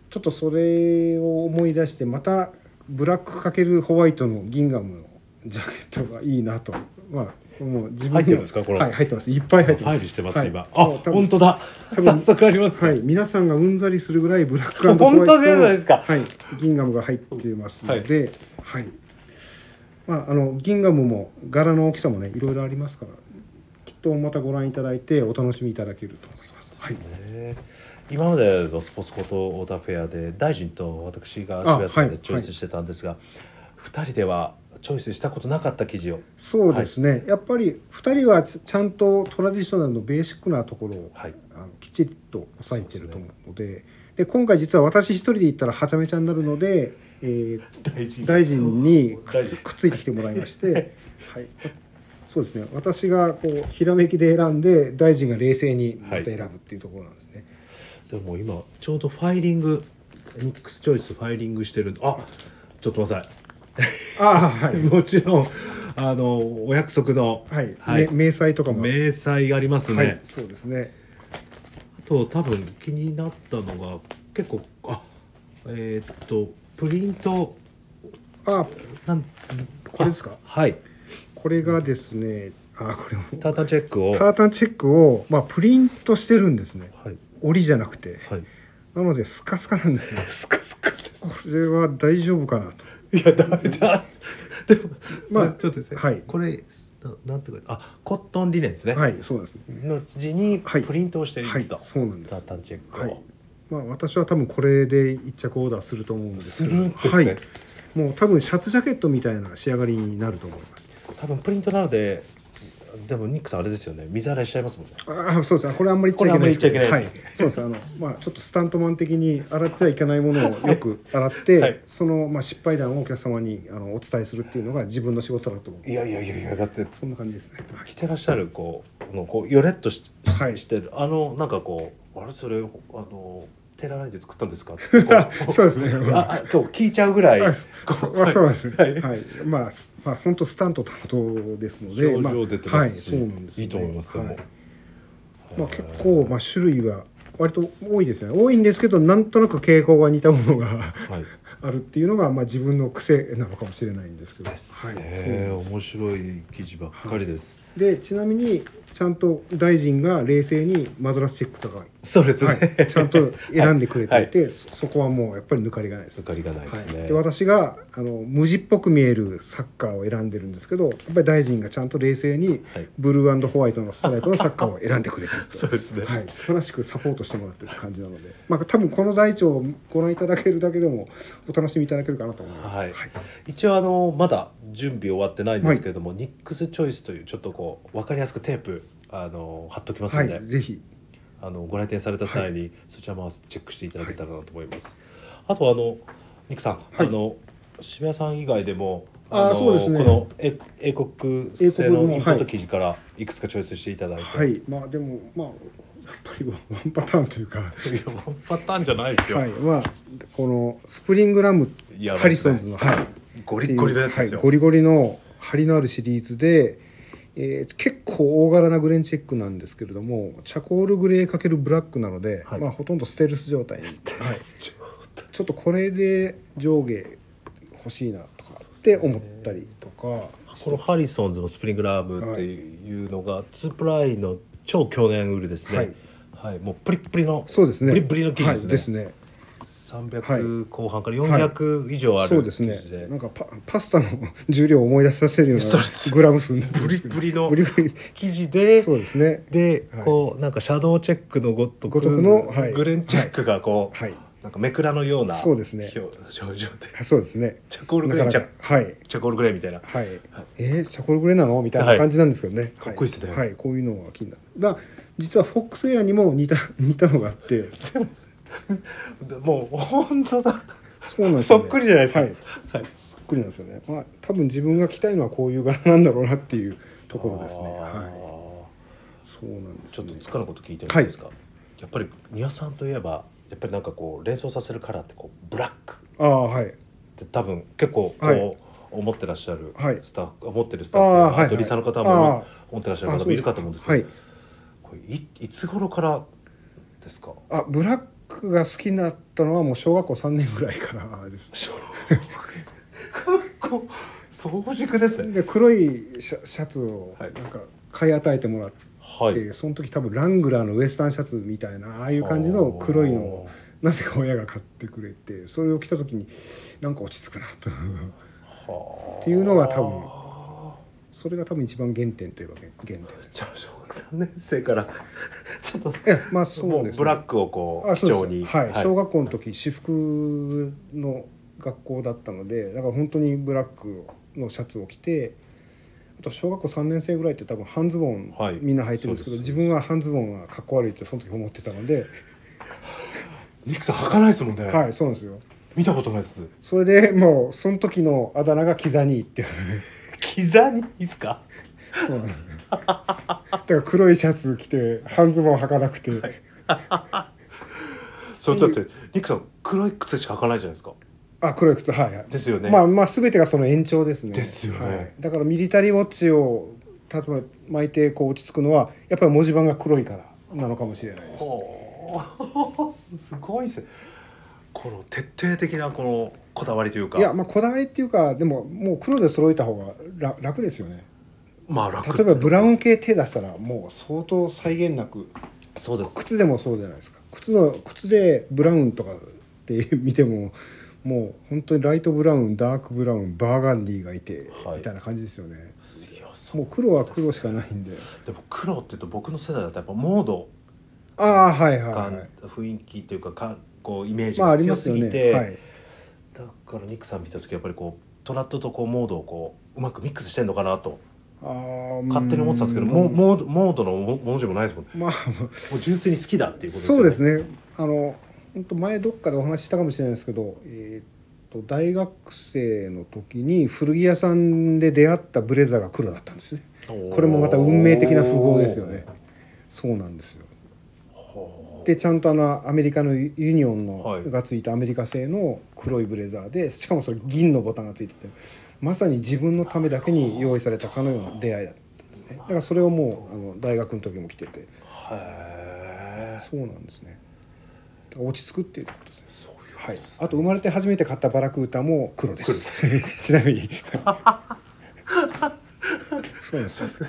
B: ちょっとそれを思い出してまたブラック×ホワイトのギンガムのジャケットがいいなと、まあ、もう自分の
A: 入ってるんですかこれ
B: はい入ってますいっぱい入って
A: ーファ
B: ます
A: イルしてます、
B: はい
A: 今。あ
B: もう多分
A: 本当だ。
B: 多分
A: 早速あります、
B: はい、皆さんがうんざりするぐらいブラックホワイト
A: (laughs) 本当じゃないですか
B: はい、ギンガムが入ってますので、はいまあ、あのギンガムも柄の大きさもねいろいろありますからきっとまたご覧いただいてお楽しみいただけると思います。はい
A: ね今までのスポーツコートオーダーフェアで大臣と私が渋谷さんでチョイスしてたんですが、二人ではチョイスしたことなかった生地を
B: そうですね、やっぱり2人はちちゃんとトラディショナルのベーシックなところを、
A: はい
B: あのきちっと抑えてると思うのでで今回実は私一人で行ったらはちゃめちゃになるので、えー
A: 大臣
B: 大臣にく
A: 大
B: っつ
A: 臣
B: くっついてきてもらい
A: (laughs)
B: まして、はい、そうですね私がこうひらめきで選んで大臣が冷静にまた選ぶっていうところなんですね。
A: でも今ちょうどファイリングミックスチョイスファイリングしてるあちょっと待ってく
B: ああは
A: ださい
B: い、
A: もちろんあのお約束の、
B: はい
A: はい
B: め明細とかも、
A: 明細がありますね、
B: はい、そうですね
A: あと多分気になったのが結構あえーっとプリント
B: あ
A: なん
B: これですか
A: あはい
B: これがですねあこれも
A: タータンチェックを
B: タータンチェックを、まあ、プリントしてるんですね
A: はい
B: 折りじゃなくて
A: はい
B: なのでスカスカなん (laughs) ですよ
A: スカスカです
B: これは大丈夫かなと
A: いやダメだでも
B: まあ
A: ちょっとですね、
B: はい
A: これななんていうかあコットンリネンですね、
B: はいそうですね
A: の地に
B: はい
A: プリントをしていると、
B: はいそうなんです
A: タータンチェックを、
B: はいまあ私は多分これで一着オーダーすると思うんで
A: す
B: すけ
A: る
B: ど
A: んです
B: は
A: ね、
B: いもう多分シャツジャケットみたいな仕上がりになると思います
A: 多分プリントなのででもニックさんあれですよね水洗いしちゃいますもんね
B: ああそうですあこれあんまり言っちゃいけ
A: これ
B: ない
A: あんまり言っちゃいけ
B: はい、そうですあのまあちょっとスタントマン的に洗っちゃいけないものをよく洗って、
A: はい
B: そのまあ失敗談をお客様にあのお伝えするっていうのが自分の仕事だと思う
A: いやいやいやいやだって
B: そんな感じですね、はい
A: 着てらっしゃるこうこのこうヨレッとし,し、
B: はい
A: してるあのなんかこうあれそれあのテラライで作ったんですかってこ
B: そうですね
A: ああ今日聞いちゃうぐらい
B: はい、そ
A: こ
B: うそうですね、
A: は
B: はいいまあ、すまあ本当スタント担当ですので、
A: 表情出てますし、
B: まあはい、そうなんです、
A: いいと思いますでも、
B: はいまあ、結構、まあ、種類は割と多いですね多いんですけどなんとなく傾向が似たものが (laughs)
A: はい
B: あるっていうのが、まあ、自分の癖なのかもしれないんですけど
A: です
B: はいそうな
A: ね、
B: んです
A: 面白い記事ばっかりです、
B: でちなみにちゃんと大臣が冷静にマドラスチェックとか、
A: そうですね、
B: はい、ちゃんと選んでくれてい
A: (laughs)
B: て、
A: は
B: そそこはもうやっぱり抜かりがないです
A: 抜かりがないですね、
B: はい、で私があの無地っぽく見えるサッカーを選んでるんですけどやっぱり大臣がちゃんと冷静に
A: はい
B: ブルーホワイトのストライプのサッカーを選んでくれてると
A: そう (laughs) ですね
B: はい、素晴らしくサポートしてもらってる感じなので、まあ、多分この台帳をご覧いただけるだけでもお楽しみいただけるかなと思います。
A: はい一応あのまだ準備終わってないんですけれども、ニックスチョイスというちょっとこう分かりやすくテープあの貼っときます
B: は
A: ので、
B: い、ぜひ
A: あのご来店された際に、そちらもチェックしていただけたらなと思います。あとあのニックさん、
B: はい
A: あの渋谷さん以外でも。
B: あー
A: の
B: そうですね
A: この英英国製
B: 英国
A: の
B: の
A: インポー
B: は
A: ト
B: い
A: 記事からいくつかチョイスしていただいて、
B: はいまあでもまあやっぱりワンパターンというか、はい
A: やワンパターンじゃないですよ、
B: い、まあこのスプリングラム
A: いや
B: ハリソンズの、はい、
A: ゴリッゴリのやつですよ、
B: はい、ゴリゴリの張りのあるシリーズで、えー結構大柄なグレンチェックなんですけれどもチャコールグレー×ブラックなので、
A: はい
B: まあ、ほとんどステルス状態にはい、ちょっとこれで上下欲しいなとかって思ったりとか
A: このハリソンズのスプリングラムっていうのがツープライの超去年売りですね。は
B: はいい、
A: もうプリップリの
B: そうですね
A: ブリッブリの生地ですね。
B: はい、ですね
A: 300後半から400以上あ
B: そ
A: る
B: う
A: 生
B: です
A: 地で、
B: ねなんかパパスタの重量を思い出させるような
A: そうです
B: グラム数になってるん
A: ブ
B: で
A: リ
B: すけど
A: ブリの
B: ブリブリ
A: 生地で
B: そうですね
A: で、
B: はい
A: こうなんかシャドーチェックのごとく
B: ごとくのはい
A: グレンチェックがこう、
B: はい
A: なんかめくらのような
B: そうですね
A: 表症状で
B: そうですね
A: チャコールグレー
B: なかなかはい
A: チャコールグレーみたいな。
B: はい、えー、チャコールグレーなのみたいな感じなんですけどね、
A: かっこいいですね
B: はい、こういうのが気になるだ実はフォックスエアにも似た (laughs) 似たのがあって
A: もう本当だ。
B: そうなんです
A: そ
B: よね
A: っくりじゃないですか。
B: はいそっくりなんですよねまあ多分自分が着たいのはこういう柄なんだろうなっていうところですね
A: あー
B: はいそうなんです、ね、
A: ちょっとつかぬこと聞いてもいいですか、やっぱり庭さんといえばやっぱりなんかこう連想させるカラーってこうブラックっ
B: ああはい
A: て多分結構こう、
B: はい
A: 思ってらっしゃる
B: はい
A: スタッフ、思ってるスタッフ
B: あー
A: や
B: はいはい
A: あとリサの方
B: あ
A: も
B: ー
A: 思ってらっしゃる
B: あそ
A: 方
B: う
A: も
B: で
A: い
B: す
A: るかと思うんですけ
B: は
A: ど
B: い
A: これいいつ頃からですか
B: あブラックが好きになったのはもう小学校3年ぐらいからです
A: (laughs) 小学校早熟ですね
B: で黒いシャシャツを
A: はい
B: なんか買い与えてもらって、
A: はい
B: その時多分ラングラーのウエスタンシャツみたいなああいう感じの黒いのをなぜか親が買ってくれてそれを着た時になんか落ち着くなと (laughs) っていうのが多分それが多分一番原点といえば原原点です
A: じゃあ小学3年生からちょっと
B: いやまあそうですね
A: もうブラックをこう
B: あ
A: 基
B: そ
A: 調
B: うで
A: に
B: すはい、
A: はい
B: 小学校の時私服の学校だったのでだから本当にブラックのシャツを着てあと小学校3年生ぐらいって多分半ズボン
A: はい
B: みんな履いてるんですけど、
A: そうです
B: 自分は半ズボンがかっこ悪いってその時思ってたので
A: ニックさん履かないですもんね、
B: はいそうなんですよ
A: 見たことないです
B: それでもうその時のあだ名がキザニーっていう
A: 膝にいいっすか
B: そうなんですよだから黒いシャツ着て半ズボン履かなくて、
A: それだってニックさん黒い靴しか履かないじゃないですか
B: あ黒い靴はいはい
A: ですよね、
B: まあまあ全てがその延長ですね
A: ですよね
B: はい、だからミリタリーウォッチを例えば巻いてこう落ち着くのはやっぱり文字盤が黒いからなのかもしれないです
A: ほう (laughs) すごいですこの徹底的なこのこだわりというか
B: いやまあこだわりっていうかでももう黒で揃えた方がら楽ですよね
A: まあ楽
B: 例えばブラウン系手出したらもう相当際限なく
A: そうです
B: 靴でもそうじゃないですか靴の靴でブラウンとかって (laughs) 見てももう本当にライトブラウンダークブラウンバーガンディーがいて、
A: はい
B: みたいな感じですよね
A: いやそう
B: もう黒は黒しかないんで
A: でも黒っていうと僕の世代だとやっぱモード
B: ああはいはい、は
A: 感、
B: い、
A: 雰囲気というかかこうイメージ
B: まああ
A: が
B: り
A: 強
B: ます
A: す
B: よ
A: ぎ
B: ね
A: て、
B: はい
A: だからニックさん見た時やっぱりこうトラッドとこうモードをこううまくミックスしてんのかなと
B: あー
A: 勝手に思ってたんですけど
B: う
A: モモードモードのも文字もないですもんも
B: まあ
A: う純粋に好きだっていうことですよ
B: そうですねあの本当前どっかでお話ししたかもしれないですけど、えーっと大学生の時に古着屋さんで出会ったブレザーが黒だったんですね
A: おー
B: これもまた運命的な符号ですよねそうなんですよ
A: ほう
B: でちゃんとあのアメリカのユニオンの、
A: はい
B: がついたアメリカ製の黒いブレザーでしかもそれ銀のボタンがついててまさに自分のためだけに用意されたかのような出会いだったんですねだからそれをもうあの大学の時も着てて
A: へー
B: そうなんですねだから落ち着くっていうことですね
A: そういうこと
B: はい
A: です、
B: あと生まれて初めて買ったバラクータも黒です (laughs) ちなみにそうなんですよ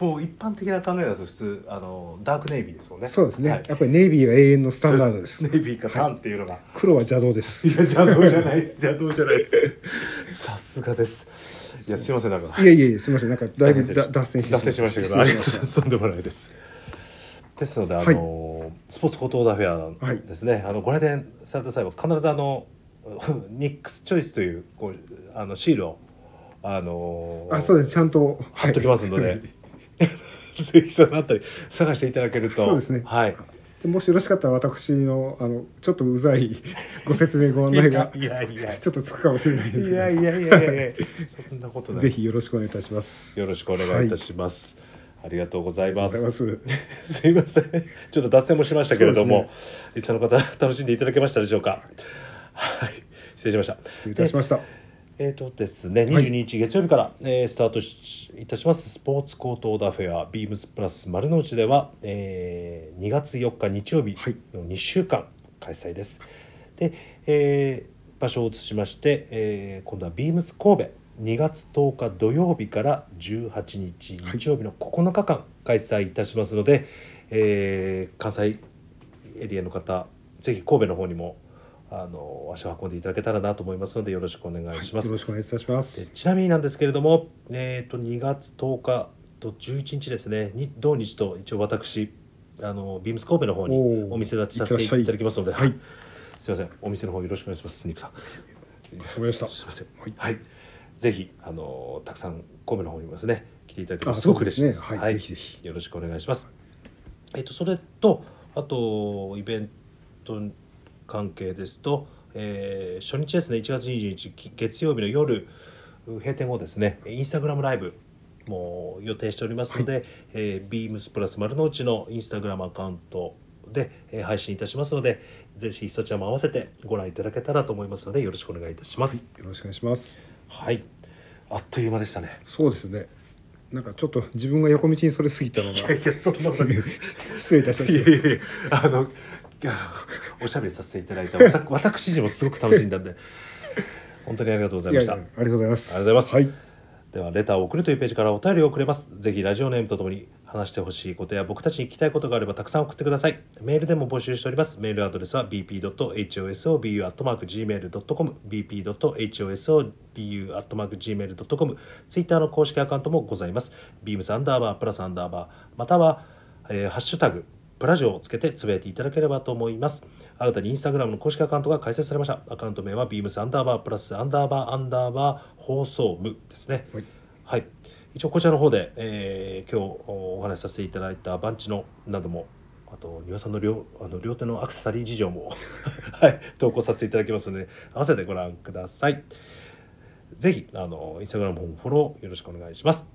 A: もう一般的な考えだと普通あのダークネイビーですもんね
B: そうですね、
A: はい
B: やっぱりネイビーが永遠のスタンダードです
A: そうネイビーかタンっていうの
B: (laughs)
A: が、
B: 黒は邪道です
A: い、や邪道じゃないです邪道じゃないですさすがですいやすいませんなんか
B: いやいやいやすみませんなんかだいぶだ脱線して
A: 脱線しましたけどありがとうございますすとんでもないですですのであの、スポーツコトーダフェアですね、あのご来店された際は必ずあの (laughs) ニックスチョイスというこうあのシールをあの
B: あそうですちゃんと
A: 貼っときますので、 (laughs) ぜひそのあたり探していただけると
B: そうですね
A: はい
B: でもしよろしかったら私のあのちょっとうざい (laughs) ご説明ご案内が
A: いやいやい
B: ちょっとつくかもしれないです
A: いや
B: が
A: いやいやいやいやそんなことない
B: (laughs) ぜ
A: です
B: ひよろしくお願いいたします
A: よろしくお願いいたします、ありがとうござい
B: あり
A: ま
B: がと
A: す
B: うございます
A: (laughs) すいませんちょっと脱線もしましたけれども、
B: そう
A: リスナーの方楽しんでいただけましたでしょうかはい失礼しました
B: 失礼いたしました
A: えーとですね、
B: はい
A: 22日月曜日から、えースタートしいたしますスポーツ高等ダフェアビームスプラス丸の内では、えー2月4日日曜日
B: はい
A: の2週間開催です。で、えー場所を移しまして、えー今度はビームス神戸2月10日土曜日から18日日曜日の9日間開催いたしますので、えー関西エリアの方ぜひ神戸の方にもあの足を運んでいただけたらなと思いますのでよろしくお願いしま
B: はい
A: す。
B: よろしくお願いいたします
A: でちなみになんですけれども、えー、と2月10日と11日ですねに同日と一応私あのビームス神戸の方に
B: おー
A: お店立ちさせて
B: い
A: い
B: ってらっしゃい
A: ただきますので、
B: はい
A: すいませんお店の方よろしくお願いします肉さん
B: かしこまりました
A: すいません
B: はい
A: はい、ぜひあのたくさん神戸の方にもですね来ていただけると
B: あ
A: すごく嬉しいです
B: そうですねはいぜひぜひ
A: よろしくお願いしますえっ、とそれとあとイベント関係ですと、えー初日ですね1月21日き月曜日の夜う閉店後ですねインスタグラムライブも予定しておりますので、えー、ビームスプラス丸の内のインスタグラムアカウントで、えー配信いたしますのでぜひそちらも合わせてご覧いただけたらと思いますのでよろしくお願いいたします。
B: よろしくお願いします
A: はい。あっという間でしたね。
B: そうですねなんかちょっと自分が横道にそれ過ぎたのが
A: や、そんなことない。い
B: 失礼いたしました
A: やいやいや、あの、あのおしゃべりさせていただいたわた私自身もすごく楽しんだんで、本当にありがとうございました。
B: いやいやありがとうございます
A: ありがとうござい
B: は
A: ます。では、レターを送るというページからお便りを送れます。ぜひラジオネームとともに話してほしいことや僕たちに聞きたいことがあればたくさん送ってください。メールでも募集しております。メールアドレスは bp.hosobu.gmail.com bp.hosobu.gmail.com ツイッターの公式アカウントもございます。beams アンダーバープラスアンダーバーまたは、えーハッシュタグプラジオをつけてつぶやいていただければと思います。新たにインスタグラムの公式アカウントが開設されました。アカウント名は beams アンダーバープラスアンダーバーアンダーバー放送部ですね。
B: はい
A: はい、一応こちらの方で、えー今日お話しさせていただいた番地のなどもあと丹羽さんの両あの両手のアクセサリー事情も、 (laughs) はい、投稿させていただきますので合わせてご覧ください。ぜひあのインスタグラムもフォローよろしくお願いします。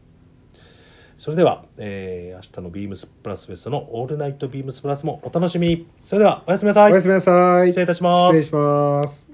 A: それでは、えー明日のビームスプラスフェストのオールナイトビームスプラスもお楽しみに。それではおやすみなさ
B: お
A: い
B: や。すみなさい
A: 失礼いたします
B: 失礼します